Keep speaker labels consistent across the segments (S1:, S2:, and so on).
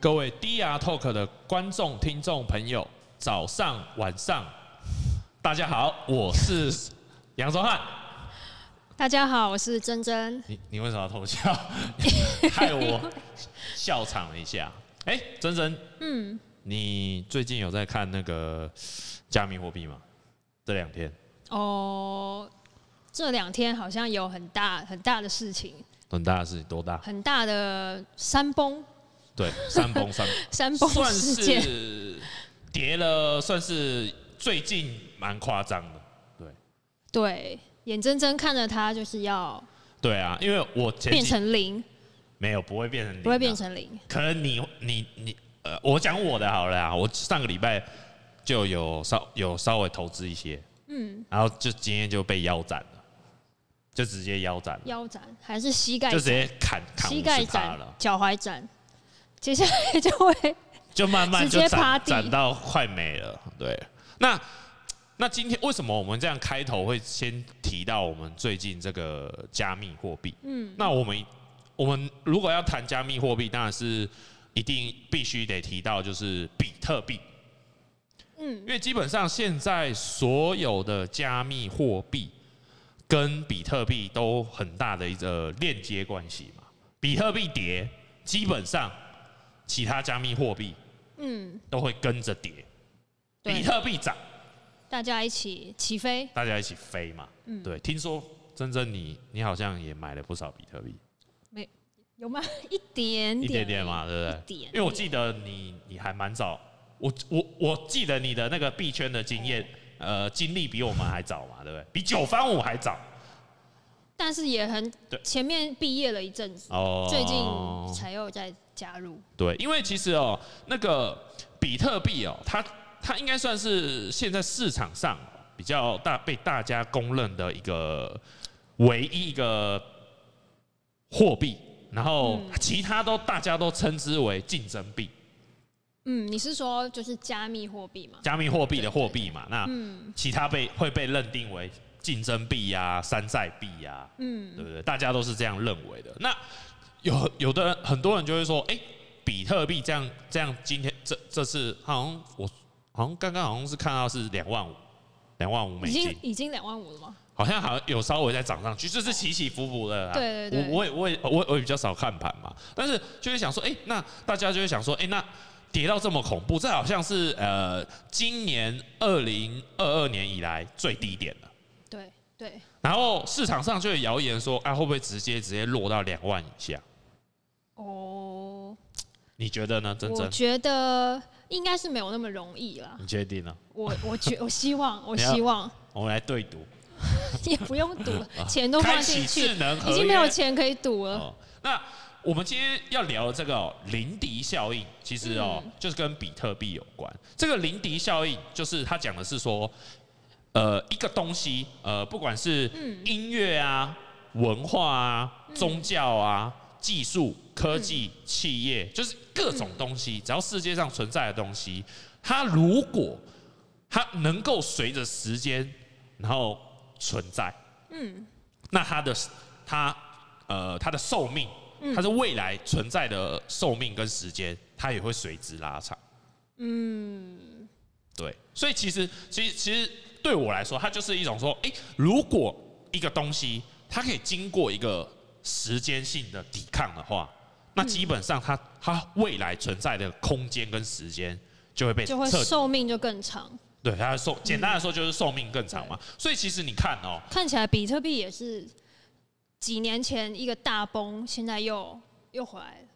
S1: 各位 DR Talk 的观众、听众朋友，早上、晚上，大家好，我是杨宗翰。
S2: 大家好，我是珍珍。
S1: 你你为什么要偷 笑？害我笑场了一下。哎、珍珍，
S2: 嗯，
S1: 你最近有在看那个加密货币吗？这两天
S2: 哦，这两天好像有很大很大的事情，
S1: 很大的事情，多大？
S2: 很大的山崩
S1: 对，山崩山崩。
S2: 山 崩
S1: 算
S2: 事件。
S1: 是跌了，算是最近蛮夸张的。对
S2: 对，眼睁睁看着它就是要
S1: 对啊，因为我前
S2: 变
S1: 几
S2: 成零，
S1: 没有不会变成零啊
S2: 不会变，成零。
S1: 可能你你你呃，我讲我的好了啊，我上个礼拜就有稍有稍微投资一些，
S2: 嗯，
S1: 然后就今天就被腰斩了，就直接腰斩了，
S2: 腰斩还是膝盖
S1: 就直
S2: 斩，
S1: 接砍砍
S2: 膝
S1: 五
S2: 盖
S1: 十趴
S2: 斩
S1: 了，，
S2: 脚踝斩，接下来就会
S1: 就慢慢
S2: 直
S1: 就
S2: 接趴
S1: 涨
S2: 地
S1: 涨到快没了。对，那那今天为什么我们这样开头会先提到我们最近这个加密货币？嗯，那我们我们如果要谈加密货币，当然是一定必须得提到就是比特币。嗯，因为基本上现在所有的加密货币跟比特币都很大的一个链接关系嘛。比特币跌，基本上其他加密货币
S2: 嗯，
S1: 都会跟着跌。比
S2: 对，
S1: 特币涨，
S2: 大家一起起飞。
S1: 大家一起飞嘛。
S2: 嗯
S1: 对，听说珍珍你你好像也买了不少比特币，
S2: 有吗？一点
S1: 一点
S2: 点
S1: 点嘛，
S2: 而已，
S1: 对不
S2: 一
S1: 对？
S2: 点
S1: 因为我记得你你还蛮早，我我我记得你的那个币圈的经验，呃，经历比我们还早嘛，对不对？比九方五还早
S2: 但是也很
S1: 对
S2: 前面毕业了一阵子，
S1: 哦。
S2: 最近才又在加入。
S1: 对，因为其实哦，那个比特币哦，它它应该算是现在市场上比较大被大家公认的一个唯一一个货币，然后其他都大家都称之为竞争币，
S2: 嗯，你是说就是加密货币吗？
S1: 加密货币的货币嘛。那
S2: 嗯
S1: 其他被会被认定为竞争币呀、山寨币啊呀、
S2: 嗯，
S1: 对不对？大家都是这样认为的。那有有的人，很多人就会说，哎、比特币这样这样，今天这这次好像我好像刚刚好像是看到是两万五，两万五美
S2: 已
S1: 金
S2: 经，已经两万五了吗？
S1: 好像好像有稍微在涨上去，就是起起伏伏的啦。
S2: 对对对
S1: 我我也我也我我也比较少看盘嘛，但是就会想说，哎、那大家就会想说，哎、那。跌到这么恐怖，这好像是呃今年二零二二年以来最低点了。
S2: 对对，
S1: 然后市场上就有谣言说，啊，会不会直接直接落到两万以下？
S2: 哦，
S1: 你觉得呢？真
S2: 我
S1: 真，
S2: 觉得应该是没有那么容易啦。
S1: 你确定呢？
S2: 我我觉我希望我
S1: 你要
S2: 希望
S1: 我们来对赌，
S2: 也不用赌了，钱都
S1: 啊开
S2: 放
S1: 启
S2: 进去，
S1: 智能合约
S2: 已经没有钱可以赌了。
S1: 哦。那我们今天要聊的这个哦林迪效应，其实哦，
S2: 嗯
S1: 就是跟比特币有关。这个林迪效应，就是它讲的是说，呃，一个东西，呃，不管是
S2: 嗯
S1: 音乐啊、文化啊、宗教啊、技术、科技、企业，就是各种东西，只要世界上存在的东西，它如果它能够随着时间然后存在，嗯，那它的它呃它的寿命，它是未来存在的寿命跟时间，它也会随之拉长。
S2: 嗯
S1: 对，所以其实其实其实对我来说，它就是一种说，诶，如果一个东西它可以经过一个时间性的抵抗的话，那基本上它它未来存在的空间跟时间就会被
S2: 就会
S1: 彻底
S2: 寿命就更长，
S1: 对它的寿，简单来说就是寿命更长嘛。
S2: 嗯
S1: 所以其实你看哦、
S2: 看起来比特币也是几年前一个大崩，现在又又回来了。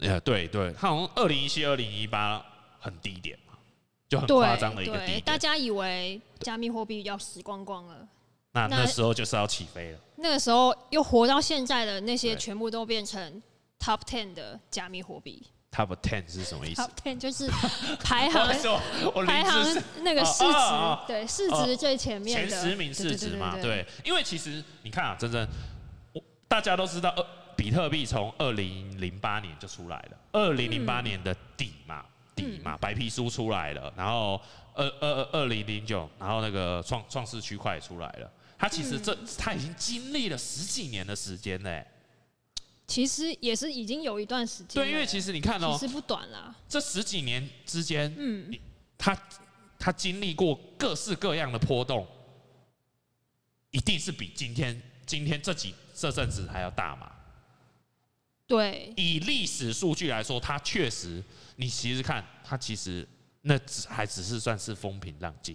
S1: 呃，对对，它好像二零一七、二零一八很低点嘛，就很夸张的一个低
S2: 对，
S1: 点。
S2: 大家以为加密货币要死光光了，
S1: 那那
S2: 那
S1: 时候就是要起飞了。
S2: 那个时候又活到现在的那些，
S1: 对
S2: 全部都变成 top ten 的加密货币。
S1: Top ten 是什么意思
S2: top？ten 就是排
S1: 不好
S2: 行
S1: 意思 我我临
S2: 排
S1: 时
S2: 行那个市
S1: 哦哦哦
S2: 值，对市值最前
S1: 前
S2: 面的
S1: 十名市值嘛，
S2: 对对
S1: 对，因为其实你看啊，真正我大家都知道，呃，比特币从二零零八年就出来了，二零零
S2: 嗯
S1: 八年的底嘛，底嘛，白皮书出来了，然后二二二二零零九，然后那个创创世区
S2: 嗯
S1: 块也出来了，它其实这它已经经历了十几年的时间嘞，
S2: 其实也是已经有一段时间了，
S1: 对，因为其实你看哦、
S2: 其实不短啦。
S1: 这十几年之间，
S2: 嗯，
S1: 他他经历过各式各样的波动，一定是比今天今天这几这阵子还要大嘛。
S2: 对，
S1: 以历史数据来说，它确实，你其实看它其实那只还只是算是风平浪静，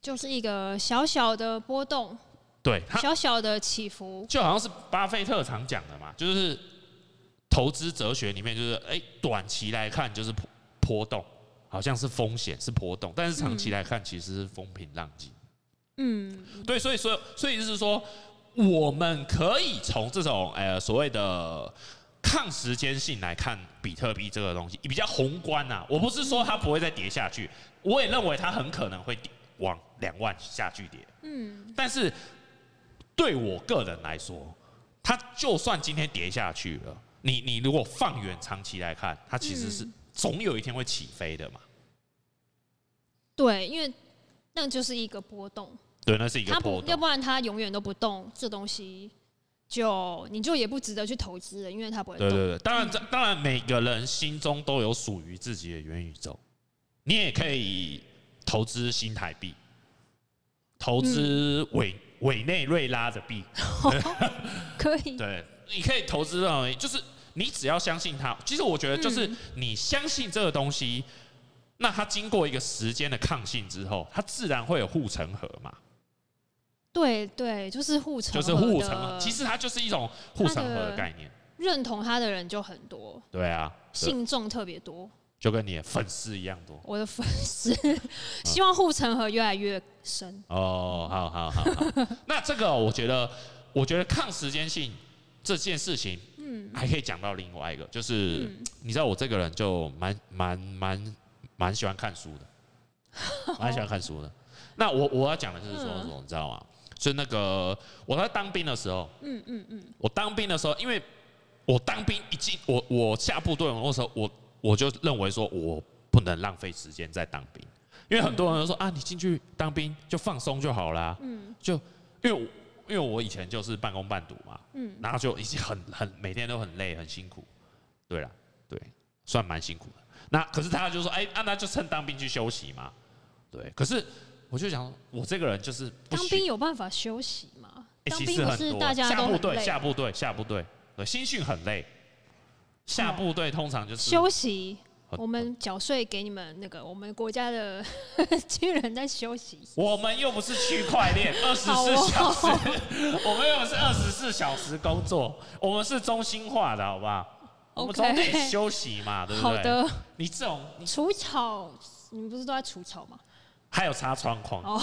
S2: 就是一个小小的波动，
S1: 对它
S2: 小小的起伏。
S1: 就好像是巴菲特常讲的嘛，就是投资哲学里面就是，哎、短期来看就是波波动，好像是风险是波动，但是长期来看其实是风平浪静。
S2: 嗯，
S1: 对，所以所以所以就是说，我们可以从这种呃所谓的抗时间性来看比特币这个东西，比较宏观呐、我不是说它不会再跌下去，我也认为它很可能会跌往两万下去跌。嗯，但是对我个人来说，它就算今天跌下去了，你你如果放远长期来看，它其实是
S2: 嗯
S1: 总有一天会起飞的嘛。
S2: 对，因为那就是一个波动，
S1: 对，那是一个
S2: 它
S1: 波
S2: 不，要
S1: 动。
S2: 不然它永远都不动，这东西就你就也不值得去投资了，因为它不会
S1: 对
S2: 动。
S1: 对对，当然这当然每个人心中都有属于自己的元宇宙，你也可以投资新台币，投资委委内瑞拉的币，
S2: 可以，
S1: 对，你可以投资任何，就是你只要相信它。其实我觉得就是你相信这个东西，那它经过一个时间的抗性之后，它自然会有护城河嘛，
S2: 对对，就是护城，
S1: 就是护城河，其实它就是一种护城河
S2: 它
S1: 的
S2: 的
S1: 概念，
S2: 认同他的人就很多，
S1: 对啊，对
S2: 信众特别多。
S1: 就跟你的粉丝一样多。
S2: 我的粉 丝
S1: 嗯
S2: 希望护城河越来越深。
S1: 哦，好好好好，那这个我觉得，我觉得抗时间性这件事情，嗯，还可以讲到另外一个，就是、你知道我这个人就蛮蛮蛮蛮喜欢看书的，蛮喜欢看书的。那我我要讲的就是说
S2: 嗯
S1: 什么，你知道吗？就那个我在当兵的时候，
S2: 嗯嗯嗯，
S1: 我当兵的时候，因为我当兵一进我我下部队的时候，我我就认为说我不能浪费时间在当兵，因为很多人都说啊，你进去当兵就放松就好啦，嗯，就因为我因为我以前就是半工半读嘛，嗯，然后就已经很很每天都很累很辛苦，对啦，对，算蛮辛苦的。那可是他就说，哎、啊，那就趁当兵去休息嘛，对。可是我就想，我这个人就是不
S2: 当
S1: 喜
S2: 兵有办法休息吗？
S1: 欸
S2: 当
S1: 其
S2: 兵
S1: 实
S2: 不
S1: 很
S2: 是
S1: 多
S2: 大家
S1: 下
S2: 都
S1: 部
S2: 很
S1: 队，
S2: 累
S1: 下部队，下部队，对，新训很累。下部队通常就是
S2: 休息。
S1: 很
S2: 我们缴税给你们那个我们国家的 军人在休息，
S1: 我们又不是区块链，二十
S2: 好
S1: 四
S2: 哦
S1: 小时，我们又不是二十四小时工作，我们是中心化的，好不好？我们
S2: OK
S1: 总得休息嘛，对不
S2: 好
S1: 对？
S2: 的，
S1: 你这种你
S2: 除草，你们不是都在除草吗？
S1: 还有擦窗框，
S2: 哦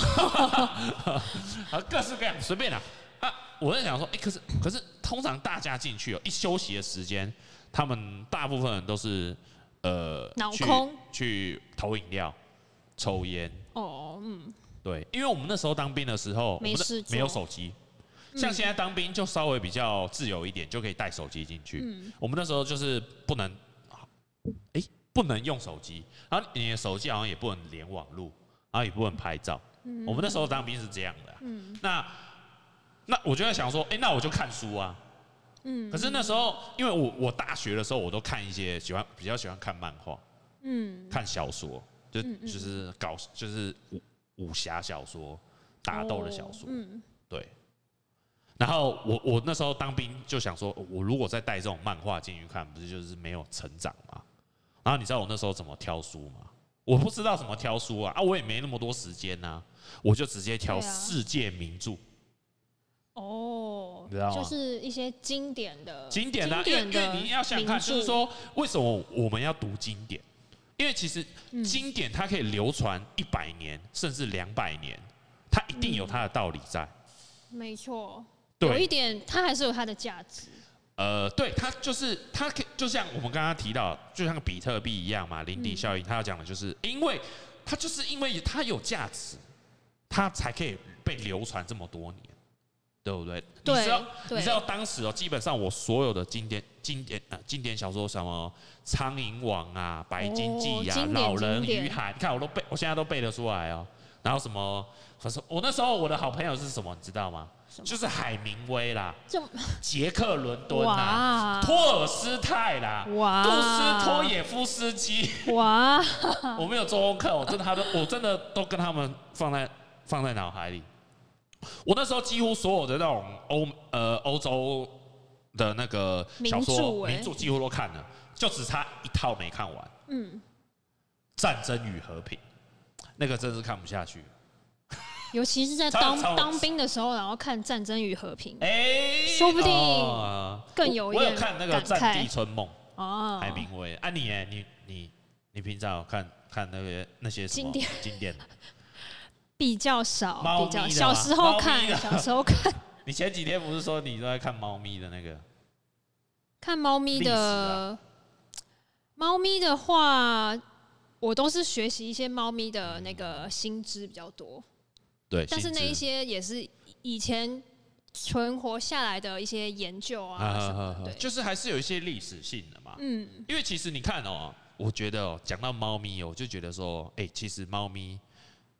S1: 啊，各式各样，随便啦。啊，我在想说，哎、可是可是，通常大家进去哦，一休息的时间，他们大部分人都是呃，
S2: 脑
S1: 去
S2: 空
S1: 去投饮料、抽烟。
S2: 哦，嗯，
S1: 对，因为我们那时候当兵的时候，我们
S2: 没
S1: 的
S2: 事做嗯
S1: 没有手机。像现在当兵就稍微比较自由一点，就可以带手机进去。
S2: 嗯
S1: 我们那时候就是不能，哎、不能用手机，然后你的手机好像也不能连网路，然后也不能拍照。
S2: 嗯
S1: 我们那时候当兵是这样的啊、那那我就在想说，哎、那我就看书啊。
S2: 嗯
S1: 可是那时候，因为我我大学的时候，我都看一些喜欢比较喜欢看漫画，嗯，看小说，就
S2: 嗯
S1: 就是搞就是武武侠小说、打斗的小说，
S2: 哦嗯，
S1: 对。然后我我那时候当兵就想说，我如果再带这种漫画进去看，不是就是没有成长吗？然后你知道我那时候怎么挑书吗？我不知道怎么挑书啊，啊，我也没那么多时间呐、我就直接挑
S2: 对啊
S1: 世界名著，
S2: 哦
S1: 你知道，吗
S2: 就是一些经典的
S1: 经典的啊、
S2: 经典
S1: 因为因
S2: 的
S1: 为你要想
S2: 名
S1: 看，就是
S2: 著
S1: 说为什么我们要读经典？因为其实
S2: 嗯
S1: 经典它可以流传一百年，甚至两百年，它一定有它的道理在。
S2: 没错，嗯有一
S1: 对，
S2: 点它还是有它的价值，
S1: 呃，对，它就是它可以就像我们刚刚提到，就像比特币一样嘛，林
S2: 嗯
S1: 迪效应，它要讲的就是，因为它就是因为它有价值，它才可以被流传这么多年，对不对？你
S2: 对
S1: 知道你
S2: 对
S1: 知，道当时哦，基本上我所有的经典、经典、呃、经典小说，什么《苍蝇王》啊，《白鲸记》
S2: 哦
S1: 啊，
S2: 经典
S1: 老人
S2: 经典
S1: 与海》，你看我都背，我现在都背得出来哦。然后什么，反正我那时候我的好朋友是什么，你知道吗？
S2: 什么
S1: 就是海明威啦，
S2: 这
S1: 捷克伦敦啊啦，
S2: 哇
S1: 托尔斯泰啦，
S2: 啊哇
S1: 杜斯托也夫斯基。
S2: 哇，啊
S1: 我没有做功课，我真的 他都我真的都跟他们放在放在脑海里。我那时候几乎所有的那种欧呃欧洲的那个小
S2: 名著
S1: 说
S2: 欸
S1: 名著几乎都看了，就只差一套没看完，
S2: 嗯，
S1: 《战争与和平》，那个真是看不下去。
S2: 尤其是在
S1: 超
S2: 当
S1: 超
S2: 当兵的时候，然后看《战争与和平》
S1: 哎，
S2: 说不定
S1: 哦
S2: 更有一
S1: 我
S2: 点
S1: 我有看那个《
S2: 感
S1: 战地
S2: 慨
S1: 春梦
S2: 哦》，
S1: 海明威。啊，你哎，你你你平常有看看那个那些什么
S2: 经典
S1: 经典的？
S2: 比较少，
S1: 猫
S2: 比较
S1: 咪的
S2: 小
S1: 嘛
S2: 时候
S1: 猫
S2: 看
S1: 咪的，
S2: 小时候看
S1: 你前几天不是说你都在看猫咪的那个？
S2: 看猫咪的，
S1: 啊
S2: 猫咪的话，我都是学习一些猫咪的那个新知比较多，
S1: 对，
S2: 但是
S1: 薪
S2: 那一
S1: 资
S2: 些也是以前存活下来的一些研究啊什么的，对，
S1: 就是还是有一些历史性的嘛。
S2: 嗯，
S1: 因为其实你看哦，我觉得哦，讲到猫咪哦，我就觉得说，哎、其实猫咪，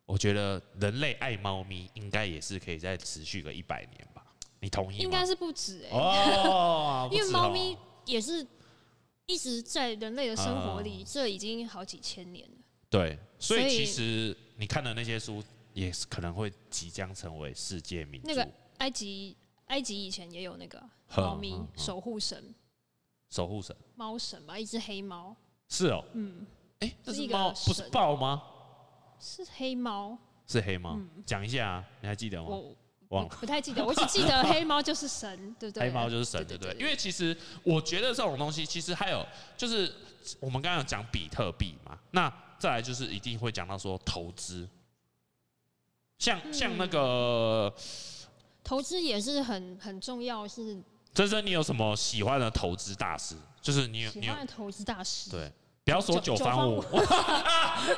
S1: 我觉得人类爱猫咪应该也是可以再持续个一百年吧？你同意吗？
S2: 应该是不止哎、
S1: 哦，不
S2: 因为
S1: 止
S2: 猫
S1: 哦
S2: 咪也是一直在人类的生活
S1: 啊
S2: 里，这已经好几千年了。
S1: 对，所以
S2: 所以
S1: 其实你看的那些书，也是可能会即将成为世界名著。
S2: 那个埃及，埃及以前也有那个
S1: 呵
S2: 猫咪
S1: 嗯嗯
S2: 守护神，
S1: 守护神
S2: 猫神吧，一只黑猫，
S1: 是哦，
S2: 嗯，
S1: 哎、这
S2: 是
S1: 是
S2: 一个
S1: 猫不是
S2: 神
S1: 豹吗？
S2: 是黑猫，
S1: 是黑猫，讲、一下、啊，你还记得吗？
S2: 嗯我
S1: 忘
S2: 不
S1: 了。
S2: 不太记得，我只记得黑猫就是神，对不啊对？
S1: 黑猫就是神，对不对？因为其实我觉得这种东西，其实还有就是我们刚刚有讲比特币嘛，那再来就是一定会讲到说投资，像
S2: 嗯
S1: 像那个
S2: 投资也是很很重要，是
S1: 珍珍，你有什么喜欢的投资大师？就是你有
S2: 喜
S1: 你有
S2: 欢的投资大师。
S1: 对，不要说
S2: 九
S1: 九方舞
S2: 九，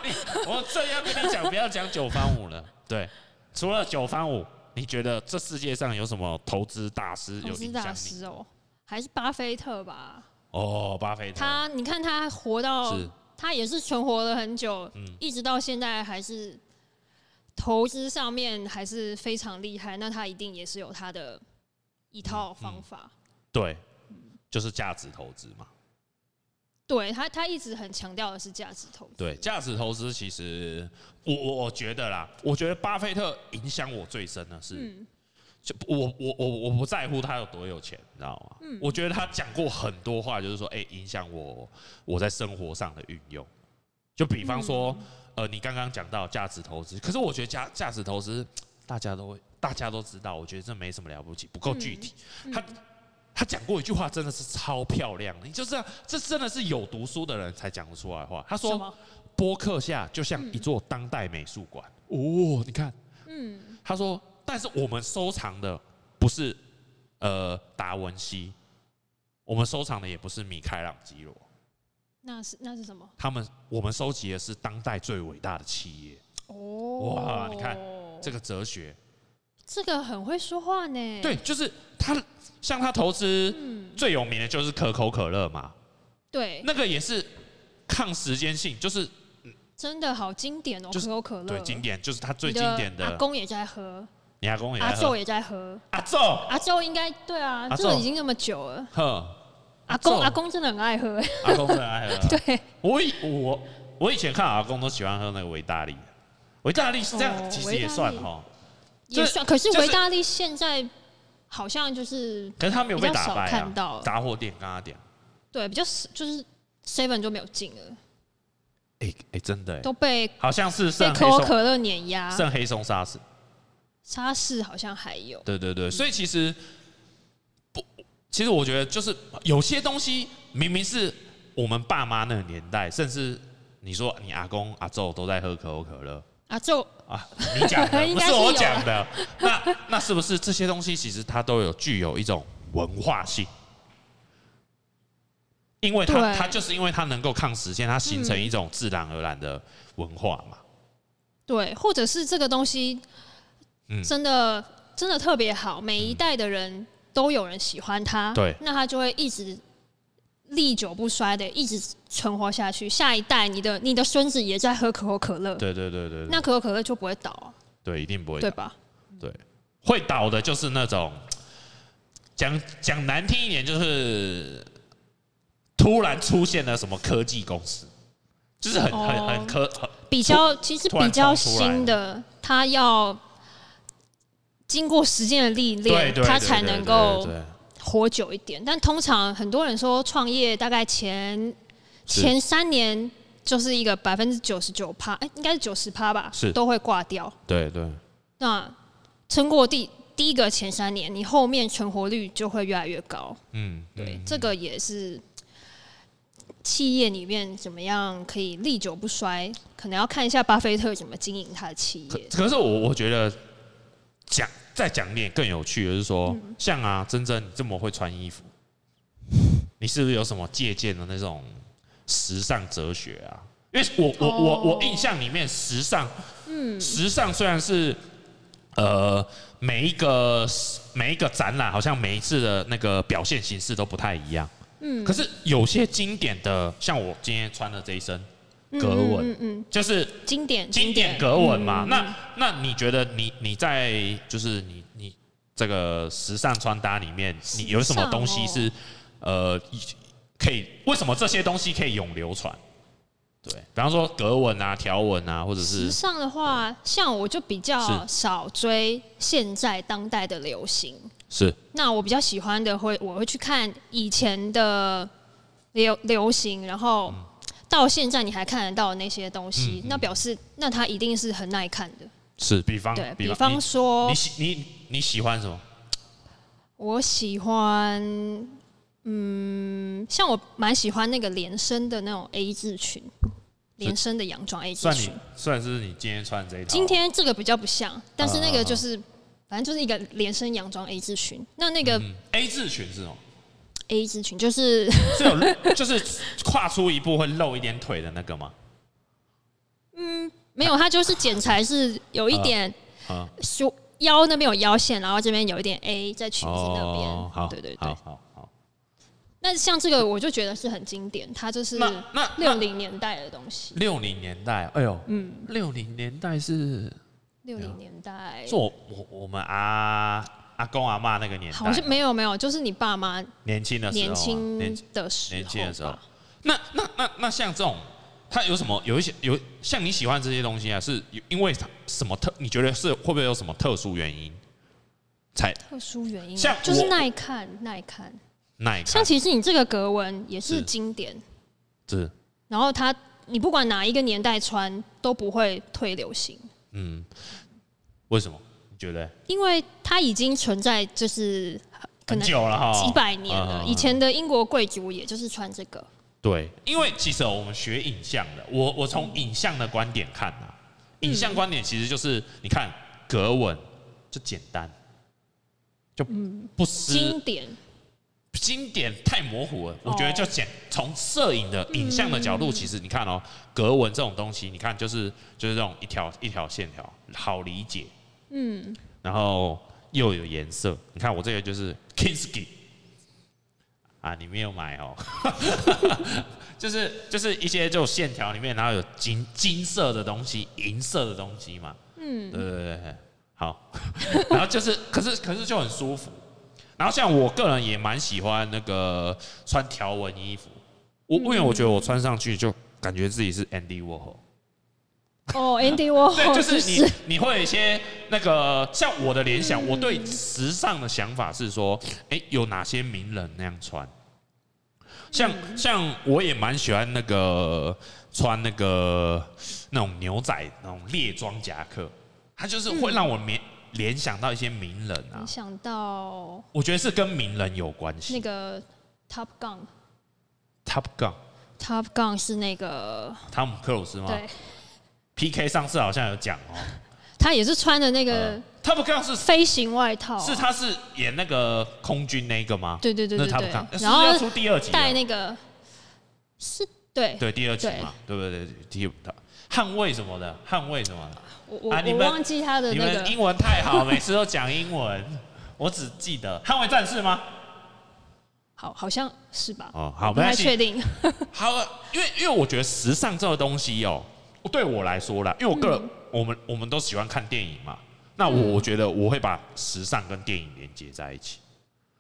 S1: 你我正要跟你讲，不要讲九方舞了。对，除了九方舞，你觉得这世界上有什么投资大师
S2: 投
S1: 有
S2: 资
S1: 影
S2: 大
S1: 响你？
S2: 师哦，还是巴菲特吧？
S1: 哦，巴菲特，
S2: 他哦你看他活到
S1: 是
S2: 他也是存活了很久，
S1: 嗯
S2: 一直到现在还是投资上面还是非常厉害。那他一定也是有他的一
S1: 嗯
S2: 套方法，
S1: 对，就是价值投资嘛。
S2: 对他他一直很强调的是价值投资。
S1: 对，价值投资其实我我我觉得啦，我觉得巴菲特影响我最深的是，
S2: 嗯，
S1: 就我我我我不在乎他有多有钱，你知道吗？
S2: 嗯
S1: 我觉得他讲过很多话，就是说，哎、影响我我在生活上的运用。就比方说，
S2: 嗯
S1: 呃，你刚刚讲到价值投资，可是我觉得价价值投资大家都会，大家都知道，我觉得这没什么了不起，不
S2: 嗯
S1: 够具体。嗯他他讲过一句话，真的是超漂亮的，你就知道这真的是有读书的人才讲得出来的话。他
S2: 什
S1: 说
S2: 么，？
S1: 播客下就像一座当代美术馆。哦，你看。
S2: 嗯，
S1: 他说：“但是我们收藏的不是呃达文西，我们收藏的也不是米开朗基罗，
S2: 那是那是什么？
S1: 他们我们收集的是当代最伟大的企业。
S2: 哦，
S1: 哇你看这个哲学，
S2: 这个很会说话呢。嗯
S1: 对，就是他像他投资最有名的就是可口可乐嘛，
S2: 对，
S1: 那个也是抗时间性，就是
S2: 真的好经典哦，
S1: 就
S2: 可
S1: 是
S2: 口可乐。
S1: 对经典，就是他最
S2: 你
S1: 经典
S2: 阿
S1: 的。
S2: 公也在喝，
S1: 你阿公也
S2: 阿
S1: 在
S2: 昼
S1: 喝，
S2: 也在喝，
S1: 阿昼，
S2: 阿昼应该对啊，
S1: 阿
S2: 这个
S1: 昼
S2: 已经那么久了。
S1: 呵，
S2: 阿公
S1: 昼
S2: 阿公真的很爱喝，
S1: 阿公真的爱喝。”
S2: 对，
S1: 我以我我以前看阿公都喜欢喝那个维大利，维大利是这样，
S2: 哦
S1: 其实
S2: 维大
S1: 也
S2: 利
S1: 算哈，
S2: 也算。可是
S1: 就是
S2: 维大利现在好像就是
S1: 可是他没有被
S2: 比较
S1: 打
S2: 少
S1: 败
S2: 看到
S1: 啊，杂货店跟他点，
S2: 对比较死就是 Seven 就没有进了，
S1: 哎哎，真的欸，
S2: 都被
S1: 好像是啊
S2: 被
S1: 剩黑
S2: 可口啊
S1: 松
S2: 可乐碾压，
S1: 剩黑松沙士，
S2: 沙士好像还有。
S1: 对对对，所以其实不，其实我觉得就是有些东西明明是我们爸妈那个年代，甚至你说你阿公阿昼都在喝可口可乐，
S2: 阿昼
S1: 啊，你讲的
S2: 应
S1: 不
S2: 该
S1: 是
S2: 是
S1: 我
S2: 有
S1: 讲的，那那是不是这些东西其实它都有具有一种文化性？因为它
S2: 对
S1: 它就是因为它能够抗时间，它形成一种自然而然的文化嘛。
S2: 嗯对，或者是这个东西
S1: 嗯
S2: 真的、真的特别好，每一代的人都有人喜欢它，
S1: 对
S2: 那它就会一直历久不衰的一直存活下去，下一代你的你的孙子也在喝可口可乐，
S1: 对对对对，
S2: 那
S1: 对
S2: 可口可乐就不会倒啊，
S1: 对一定不会
S2: 对
S1: 倒，
S2: 吧？
S1: 对，会倒的就是那种讲讲难听一点，就是突然出现了什么科技公司，就是很很很
S2: 哦
S1: 科很
S2: 比较其实
S1: 突然
S2: 比较
S1: 冲出来
S2: 新的，它要经过时间的历
S1: 对
S2: 练，
S1: 对，
S2: 它
S1: 对
S2: 才
S1: 对
S2: 能
S1: 对
S2: 够
S1: 对
S2: 活久一点。但通常很多人说创业大概前
S1: 是
S2: 前三年就是一个百分之九十九趴，哎、应该是九十趴吧，
S1: 是
S2: 都会挂掉。
S1: 对对
S2: 那撑过第第一个前三年，你后面存活率就会越来越高。
S1: 嗯，
S2: 对，
S1: 嗯
S2: 这个也是企业里面怎么样可以历久不衰，可能要看一下巴菲特怎么经营他的企
S1: 可
S2: 业。
S1: 可是我我觉得讲再讲点更有趣的是说，
S2: 嗯
S1: 像啊，珍珍你这么会穿衣服，你是不是有什么借鉴的那种时尚哲学啊？因为我我
S2: 哦
S1: 我我印象里面，时尚，嗯，时尚虽然是呃每一个每一个展览，好像每一次的那个表现形式都不太一样，嗯，可是有些经典的，像我今天穿的这一身格纹，
S2: 嗯嗯，
S1: 就是
S2: 嗯经典
S1: 经典格纹
S2: 嗯
S1: 嘛。那那你觉得你你在就是你你这个时尚穿搭里面，你有什么东西是、
S2: 哦
S1: 呃一可以？为什么这些东西可以永流传？对，比方说格纹啊、条纹啊，或者
S2: 时
S1: 是
S2: 尚的话，像我就比较
S1: 是
S2: 少追现在当代的流行。
S1: 是
S2: 那我比较喜欢的会，我会去看以前的流流行，然后
S1: 嗯
S2: 到现在你还看得到的那些东西，那表示那它一定是很耐看的。
S1: 是，比方
S2: 对比
S1: 比
S2: 方
S1: 你
S2: 说
S1: 你，喜你你喜欢什么？
S2: 我喜欢，嗯，像我蛮喜欢那个连身的那种 A 字裙，连身的洋装 A 字
S1: 算
S2: 裙
S1: 你。算是你今天穿这一套。哦
S2: 今天这个比较不像，但是那
S1: 啊
S2: 个就是，反正就是一个连身洋装 A 字裙。那那个
S1: 嗯 A 字裙是哦，
S2: A 字裙就是，
S1: 是有 就是跨出一步会露一点腿的那个吗？
S2: 没有，它就是剪裁是有一点
S1: 啊，
S2: 胸腰那边有腰线，然后这边有一点 A 在裙子那边。
S1: 哦好，
S2: 对对嗯
S1: 好
S2: 对。
S1: 好好。
S2: 那像这个我就觉得是很经典，它就是
S1: 那那
S2: 六零年代的东西。
S1: 六零年代，哎呦，嗯，六零年代是
S2: 六零年代
S1: 是我我我们阿阿公阿妈那个年代，
S2: 好像没有没有，就是你爸妈
S1: 年轻的时候啊，
S2: 年轻
S1: 年
S2: 的时候吧，
S1: 年轻的时候，那那那那像这种，它有什么有一些有像你喜欢这些东西啊？是有因为它什么特？你觉得是会不会有什么特殊原因才
S2: 特殊原因啊
S1: 像
S2: 就是
S1: 我
S2: 耐看耐看。
S1: 耐看
S2: 像？其实你这个格纹也是
S1: 是
S2: 经典，
S1: 是
S2: 然后它你不管哪一个年代穿都不会退流行，
S1: 嗯，为什么？你觉得
S2: 因为它已经存在就是可
S1: 很
S2: 能
S1: 久了哈，
S2: 几百年了。
S1: 嗯
S2: 以前的英国贵族也就是穿这个，
S1: 对，因为其实哦我们学影像的，我我从影像的观点看啊，影像观点其实就是你看格纹就简单，就不失
S2: 经典
S1: 经典太模糊了。我觉得
S2: 哦
S1: 就简从摄影的影像的角度，其实你看哦，格纹这种东西，你看就是就是这种一条一条线条，好理解，嗯，然后又有颜色。你看我这个就是 Kinski 啊，你没有买哦。 就是就是一些这种线条里面，然后有金金色的东西、银色的东西嘛。嗯，对对对对，好。 然后就是，可是可是就很舒服。然后像我个人也蛮喜欢那个穿条纹衣服，我
S2: 嗯
S1: 因为我觉得我穿上去就感觉自己是 Andy Warhol。
S2: 哦，Andy Warhol
S1: 对，就是
S2: 是
S1: 你你会有一些那个像我的联想，我对时尚的想法是说，哎、有哪些名人那样穿？像
S2: 嗯
S1: 像我也蛮喜欢那个穿那个那种牛仔那种猎装夹克，它就是
S2: 嗯
S1: 会让我联联想到一些名人啊
S2: 你，想到
S1: 我觉得是跟名人有关
S2: 嗯那
S1: 系。
S2: 个 Top Gun，Top
S1: Top Gun，
S2: Gun 是那个
S1: 汤姆克鲁斯吗
S2: 对，
S1: ？PK 上次好像有讲哦、
S2: 他也是穿的那个
S1: 呃 Top Gun 是
S2: 飞行外套啊，
S1: 是他是演那个空军那个吗？
S2: 对对对
S1: 那
S2: 对
S1: 他不看，
S2: 对，
S1: 是
S2: 然
S1: 不是要
S2: 后
S1: 出第二集了，
S2: 戴那个是对，
S1: 对第二集嘛，对不对？第捍卫什么的，捍卫什么的，
S2: 我我、
S1: 啊你
S2: 我
S1: 们
S2: 忘记他的
S1: 你
S2: 呃那
S1: 们
S2: 个
S1: 英文太好，每次都讲英文，我只记得捍卫战士吗？
S2: 好，好像是吧？
S1: 哦好
S2: 我不
S1: 没
S2: 太
S1: 关系
S2: 确定。
S1: 好，因为因为我觉得时尚这个东西哦、对我来说啦，因为我个
S2: 嗯
S1: 人，我们我们都喜欢看电影嘛，那我我觉得我会把时尚跟电影连接在一起。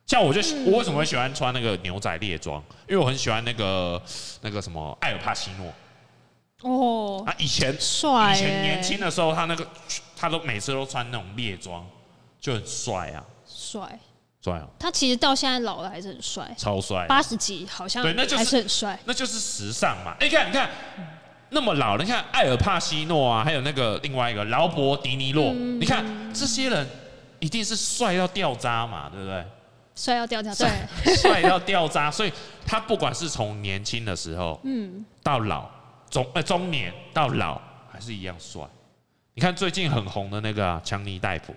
S1: 像我就喜
S2: 嗯
S1: 我为什么会喜欢穿那个牛仔猎装？因为我很喜欢那个那个什么艾尔帕西诺
S2: 哦，
S1: 啊，以前
S2: 帅
S1: 以前年轻
S2: 耶，
S1: 的时候，他那个他都每次都穿那种猎装，就很帅啊，
S2: 帅。
S1: 帅哦，
S2: 他其实到现在老了还是很帅，
S1: 超帅。
S2: 八十几好像
S1: 对那就是
S2: 还是很帅。
S1: 那就是时尚嘛。哎、看你看那么老，你看艾尔帕西诺啊，还有那个另外一个劳勃迪尼洛，
S2: 嗯
S1: 你看这些人一定是帅到掉渣嘛，对不对？
S2: 帅要掉掉，啊 对，
S1: 帅到掉渣，所以他不管是从年轻的时候，嗯，到老中呃中年到老还是一样帅。你看最近很红的那个啊强、尼戴普，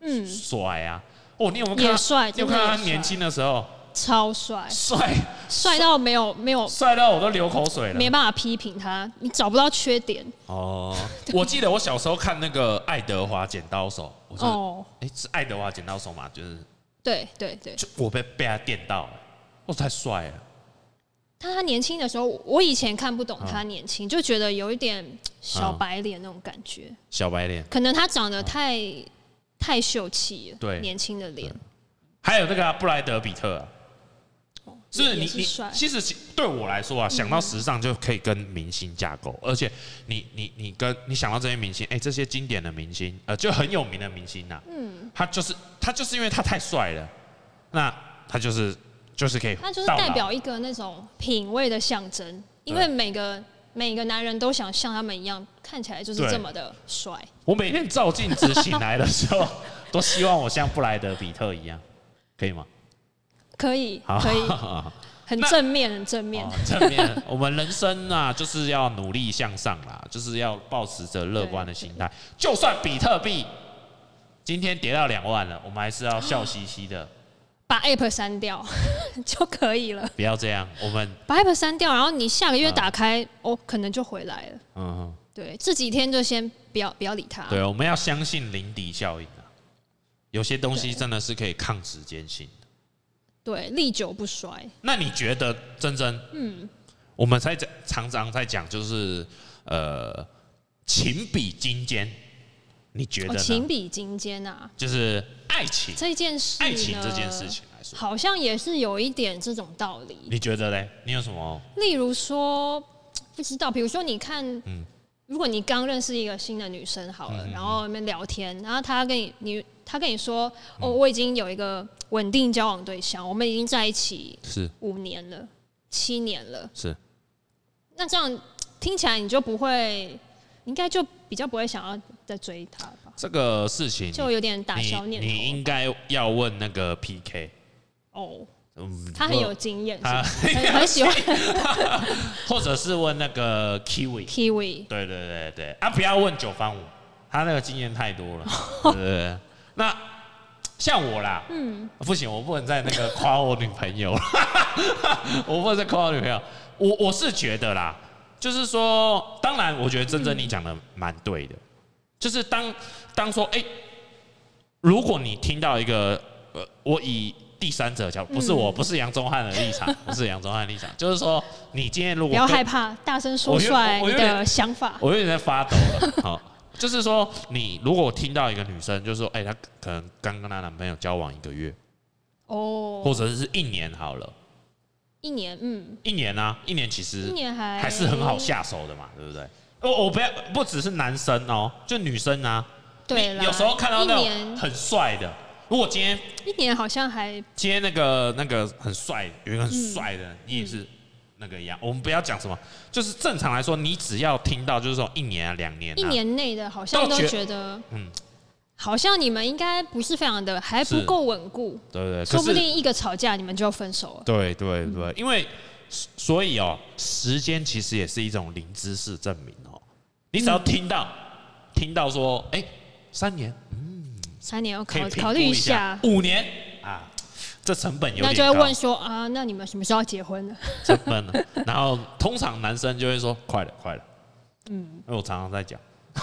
S2: 嗯，
S1: 帅啊！哦，你有没有看
S2: 也
S1: 到？
S2: 帅，
S1: 你有
S2: 真
S1: 看
S2: 的
S1: 到他
S2: 也帅
S1: 年轻的时候
S2: 超帅，
S1: 帅
S2: 帅到没有没有
S1: 帅到我都流口水了
S2: 没。办法批评他，你找不到缺点
S1: 哦，我记得我小时候看那个《爱德华剪刀手》，我说，哎、
S2: 哦。
S1: 是爱德华剪刀手嘛？就是
S2: 对对对，
S1: 就我被被他电到了，我太帅了，
S2: 但他年轻的时候，我以前看不懂
S1: 啊
S2: 他年轻，就觉得有一点小白脸那种感觉，
S1: 小白脸。
S2: 可能他长得太太秀气了，
S1: 啊对
S2: 年轻的脸
S1: 还有那个啊、布莱德比特、啊，是不是
S2: 也
S1: 你
S2: 也是
S1: 你
S2: 帅嗯
S1: 其实其对我来说啊，想到时尚就可以跟明星架构，而且你你你跟你想到这些明星，哎、这些经典的明星，呃，就很有名的明星呐、嗯，他就是他就是因为他太帅了，那他就是就是可以到老，
S2: 他就是代表一个那种品味的象征，因为每个每个男人都想像他们一样，看起来就是
S1: 对
S2: 这么的帅。
S1: 我每天照镜子醒来的时候， 都希望我像布莱德比特一样，可以吗？
S2: 可以
S1: 好，，
S2: 可以，
S1: 好
S2: 很
S1: 那
S2: 正面，很正面
S1: 哦。正面。我们人生啊，就是要努力向上啦，就是要保持着乐观的心态。就算比特币今天跌到两万了，我们还是要笑嘻嘻的，
S2: 把 app 删掉 就可以了，
S1: 不要这样。我们
S2: 把 app 删掉，然后你下个月打开，哦，可能就回来了。
S1: 嗯，
S2: 对，这几天就先不要不要理他。
S1: 对，我们要相信零底效应啊。有些东西真的是可以抗时间性。
S2: 对，历久不衰。
S1: 那你觉得珍珍，嗯，我们在讲常常在讲就是呃，情比金坚，你觉得
S2: 哦，
S1: 呢？
S2: 情比金坚啊，
S1: 就是爱情，
S2: 这件事，
S1: 爱情这件事，情来说，
S2: 好像也是有一点这种道理。
S1: 你觉得嘞？你有什么？
S2: 例如说，不知道，比如说你看，
S1: 嗯
S2: 如果你刚认识一个新的女生好了，然后你们聊天，然后她跟你你她跟你说，
S1: 嗯
S2: 哦，我已经有一个稳定交往对象，我们已经在一起
S1: 是
S2: 五年了，七年了，
S1: 是，
S2: 那这样听起来你就不会，你应该就比较不会想要再追她吧？
S1: 这个事情
S2: 就有点打消
S1: 你
S2: 念
S1: 你
S2: 头
S1: 应该要问那个 PK，
S2: 哦，
S1: 嗯，
S2: 她很有经验，是吧
S1: 啊
S2: 很很喜欢
S1: 或者是问那个 Kiwi，
S2: Kiwi，
S1: 对对对对，啊，不要问九方五，他那个经验太 多了。对对对，那像我啦，嗯，不行，我不能再那个夸我女朋友了， 我不能再夸我女朋友。我我是觉得啦，就是说，当然，我觉得珍珍
S2: 嗯
S1: 你讲的蛮对的，就是当当说，哎、如果你听到一个，呃，我以第三者角，不是
S2: 嗯
S1: 我，不是杨宗翰的立场，不是杨宗翰的立场，就是说，你今天如果
S2: 不要
S1: 跟
S2: 害怕，大声说
S1: 我有
S2: 出来
S1: 我
S2: 你
S1: 有
S2: 的
S1: 点
S2: 想法。
S1: 我有点在发抖 了。好，就是说，你如果听到一个女生，就是说，哎、她可能刚跟她男朋友交往一个月，或
S2: 哦，
S1: 者是一年好了，
S2: 一年，嗯，
S1: 一年啊，一年其
S2: 一
S1: 实
S2: 年还
S1: 还是很好，下手的嘛，对不对？我我不要，不只是男生哦、就女生啊，
S2: 对啦
S1: 你有时候看到那种
S2: 一年，
S1: 很帅的，如果今天
S2: 一年好像还
S1: 今天那个那个很帅，有一个很帅的，
S2: 嗯
S1: 你也是。那个一样，我们不要讲什么，就是正常来说，你只要听到就是说一年啊、两年、啊，
S2: 一年内的，好像
S1: 都
S2: 都
S1: 觉
S2: 觉得，
S1: 嗯
S2: 嗯，好像你们应该不是非常的，还不
S1: 是
S2: 够稳固，
S1: 对不对？嗯可
S2: 说不
S1: 是
S2: 定一个吵架你们就分手了。
S1: 对对对，因为所所以哦，时间其实也是一种零知识证明哦。你
S2: 嗯
S1: 只要听到、听到说，哎、三年
S2: 三年要哦
S1: 可以
S2: 考
S1: 评
S2: 考
S1: 估
S2: 虑
S1: 一
S2: 下，
S1: 五年啊，这成本有
S2: 那
S1: 点
S2: 就会
S1: 高，
S2: 问说啊，那你们什么时候要结婚呢？
S1: 成本了。然后通常男生就会说，快了快了，嗯，因为我常常在讲，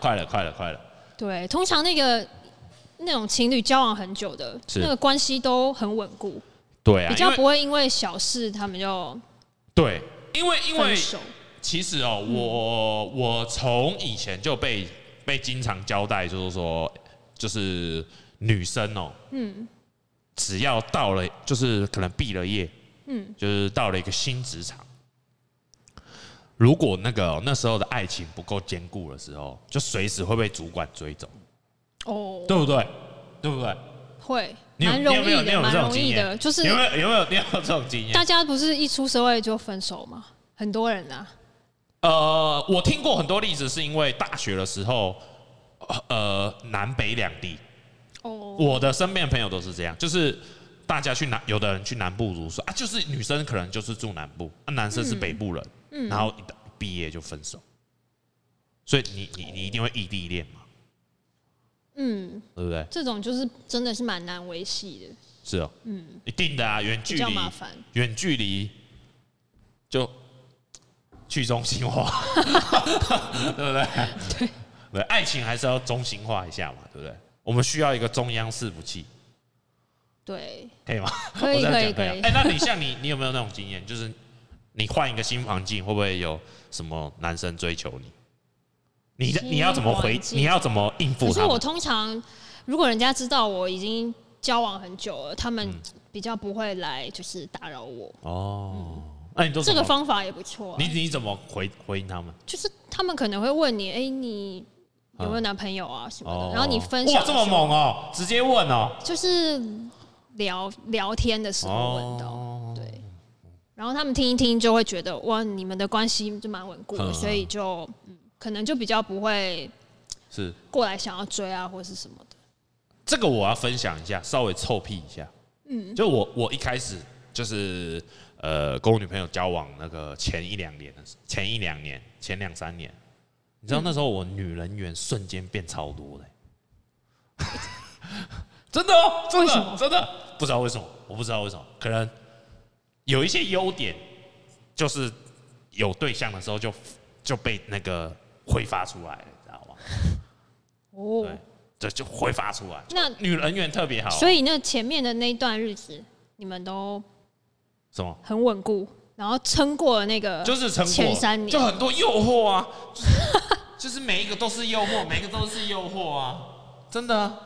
S1: 快了快了快了，
S2: 对，通常那个那种情侣交往很久的，
S1: 是
S2: 那个关系都很稳固，
S1: 对啊，
S2: 比
S1: 因
S2: 较
S1: 为
S2: 不会因为小事他们就
S1: 对，因为因为
S2: 分手。
S1: 其实哦，我
S2: 嗯
S1: 我从以前就被被经常交代，就是说，就是女生哦，嗯，只要到了，就是可能毕了业，嗯，就是到了一个新职场，如果那个哦、那时候的爱情不够坚固的时候，就随时会被主管追走，
S2: 哦，
S1: 对不对？对不对？
S2: 会
S1: 你有
S2: 蛮容
S1: 你有
S2: 易
S1: 没有
S2: 的，
S1: 你有
S2: 蛮
S1: 这种
S2: 容
S1: 经
S2: 易
S1: 验
S2: 的，就是
S1: 有没有有没有你有这种经验？
S2: 大家不是一出社会就分手吗？很多人啊，
S1: 呃，我听过很多例子，是因为大学的时候，呃，南北两地，
S2: 哦，
S1: 我的身边的朋友都是这样，就是大家去南，有的人去南部读书啊，就是女生可能就是住南部，啊，男生是北部人，
S2: 嗯
S1: 然后一毕业就分手，所以你你你一定会异地恋嘛，
S2: 嗯，
S1: 对不对？
S2: 这种就是真的是蛮难维系的，
S1: 是哦，嗯，一定的啊，远距
S2: 比较
S1: 离，
S2: 麻烦。
S1: 远距离就去中心化， 对不对？
S2: 对
S1: 对，爱情还是要中心化一下嘛，对不对？我们需要一个中央伺服器，
S2: 对，
S1: 可以吗？
S2: 可以
S1: 我这样讲
S2: 可以
S1: 吗
S2: 可以
S1: 哎、那你像你，你有没有那种经验？就是你换一个新环境，会不会有什么男生追求你？你的
S2: 新
S1: 你要怎么回
S2: 环？境
S1: 你要怎么应
S2: 可
S1: 付
S2: 是
S1: 他
S2: 我
S1: 们？
S2: 通常如果人家知道我已经交往很久了，他
S1: 嗯
S2: 们比较不会来就是打扰我。
S1: 哦，那、你都
S2: 这
S1: 怎
S2: 个
S1: 么？
S2: 方法也不错、啊
S1: 你，你怎么回回应他们？
S2: 就是他们可能会问你，哎、你有没有男朋友啊什么的，然后你分
S1: 哦
S2: 享
S1: 哇
S2: 的
S1: 这么
S2: 时候
S1: 猛哦、直接问哦、
S2: 就是聊聊天的时候问到，
S1: 哦
S2: 对。然后他们听一听就会觉得哇，你们的关系就蛮稳固
S1: 嗯
S2: 的，
S1: 嗯
S2: 所以就嗯，可能就比较不会
S1: 是
S2: 过来想要追啊或是什么的。
S1: 这个我要分享一下，稍微臭屁一下。嗯，就我我一开始就是呃，跟我女朋友交往那个前一两年的时前一两年前两三年，你知道那时候我女人缘瞬间变超多的、 真的哦，真
S2: 为什么
S1: 的真的不知道为什么，我不知道为什么，可能有一些优点，就是有对象的时候就就被那个挥发出来了，你知道吗？
S2: 哦
S1: 对，这就挥发出来。
S2: 那
S1: 女人缘特别好，
S2: 所以那前面的那一段日子，你们都
S1: 什么？
S2: 很稳固，然后撑过了那个
S1: 就是成果，
S2: 前三
S1: 就
S2: 年，
S1: 很多诱惑啊， 就是就是每一个都是诱惑，每一个都是诱惑啊，真的、啊。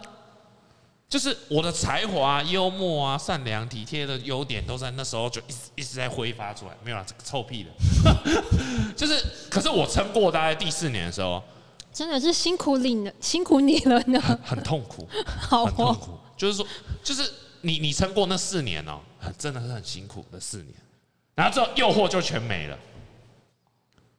S1: 就是我的才华、啊、幽默啊、善良、体贴的优点，都在那时候就一直一直在挥发出来。没有啦，这个臭屁的。 就是，可是我撑过大概第四年的时候，
S2: 真的是辛苦你了，辛苦你了呢。
S1: 很痛苦，
S2: 好
S1: 很痛
S2: 哦，
S1: 苦。就是说，就是你你撑过那四年哦、很真的是很辛苦的四年，然后之后诱惑就全没了，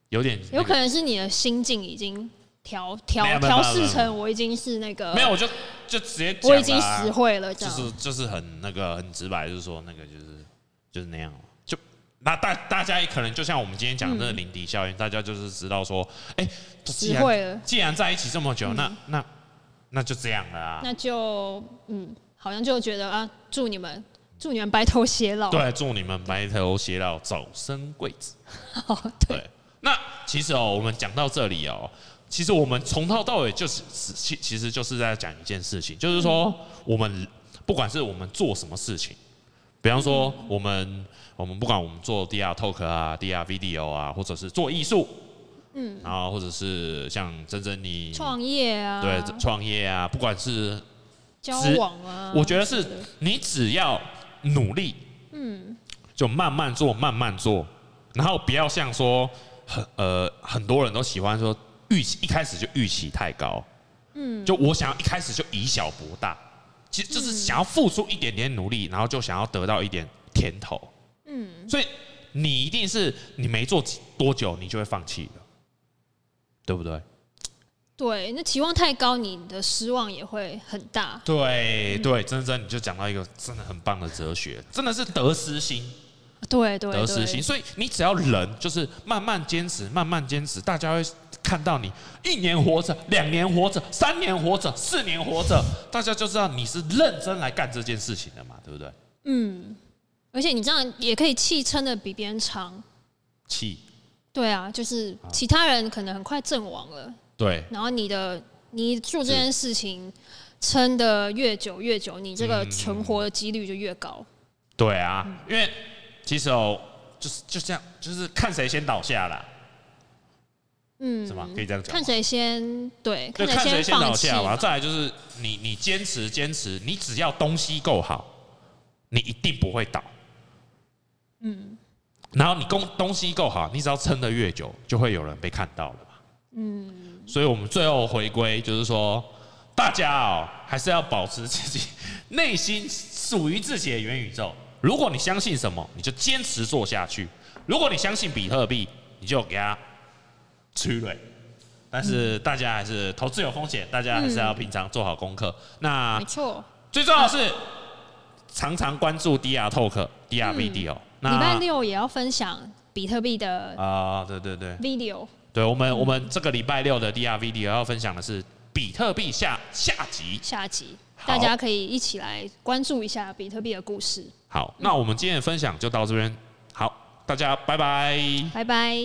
S1: 有点那个、
S2: 有可能是你的心境已经调
S1: 没有
S2: 调
S1: 没有没有
S2: 调
S1: 没
S2: 试
S1: 有
S2: 成我已经是那个
S1: 没有，我就就直接讲
S2: 我已经
S1: 啦
S2: 实惠了，这
S1: 就是
S2: 样、
S1: 就是很那个很直白，就是说那个就是就是那样嘛，就那大大家也可能就像我们今天讲的那个零底效应，大家就是知道说，哎、既
S2: 实
S1: 然
S2: 惠了，
S1: 既然在一起这么久，那那那就这样了啊，
S2: 那就嗯，好像就觉得啊，祝你们祝你们白头偕老。
S1: 对，祝你们白头偕老，早生贵子。
S2: 好， 对，
S1: 对，那其实哦，我们讲到这里哦，其实我们从头到尾就是其其实就是在讲一件事情，就是
S2: 嗯
S1: 说我们不管是我们做什么事情，比方说
S2: 嗯
S1: 我们我们不管我们做 DR Talk 啊、DR Video 啊，或者是做艺术，嗯，然后或者是像珍珍你
S2: 创业啊，
S1: 对创业啊，不管是
S2: 交
S1: 职
S2: 往啊，
S1: 我觉得是你只要努力，嗯，就慢慢做，慢慢做，然后不要像说很呃很多人都喜欢说预期一开始就预期太高，嗯，就我想要一开始就以小博大，其实就是想要付出一点点努力，然后就想要得到一点甜头，嗯，所以你一定是你没做几多久，你就会放弃了，对不对？
S2: 对，那期望太高，你的失望也会很大。
S1: 对对，真真你就讲到一个真的很棒的哲学，真的是得失心。
S2: 对对
S1: 得失心。
S2: 对，
S1: 所以你只要忍，就是慢慢坚持，慢慢坚持，大家会看到你一年活着，两年活着，三年活着，四年活着，大家就知道你是认真来干这件事情的嘛，对不对？
S2: 嗯而且你这样也可以气撑的比别人长。
S1: 气，
S2: 对啊，就是其他人可能很快阵亡了，
S1: 对，
S2: 然后你的你做这件
S1: 嗯
S2: 事情撑的越久越久，你这个存活的几率就越高。
S1: 对啊，因为其实哦，就是就这样，就是看谁先倒下啦，
S2: 嗯，
S1: 是吗？可以这样讲吗
S2: 看。谁先对，
S1: 就看谁
S2: 谁
S1: 先
S2: 放
S1: 倒
S2: 弃
S1: 下嘛。再来就是你，你坚持坚持，你只要东西够好，你一定不会倒。
S2: 嗯
S1: 然后你东东西够好，你只要撑得越久，就会有人被看到了嘛。
S2: 嗯，
S1: 所以我们最后回归就是说，大家哦，还是要保持自己内心属于自己的元宇宙。如果你相信什么，你就坚持做下去；如果你相信比特币，你就给它催泪。但是大家还是投资有风险，大家还是要平常做好功课。那
S2: 没错。
S1: 最重要的是，常常关注 DR Talk、DR Video。
S2: 礼拜
S1: 哦那
S2: 六也要分享比特币的
S1: 啊，对对对，
S2: video，
S1: 对我们我们这个礼拜六的 DR Video 哦要分享的是比特币下下集。
S2: 下集，
S1: 好
S2: 大家可以一起来关注一下比特币的故事。
S1: 好，那我们今天的分享就到这边。好，大家拜拜。
S2: 拜拜。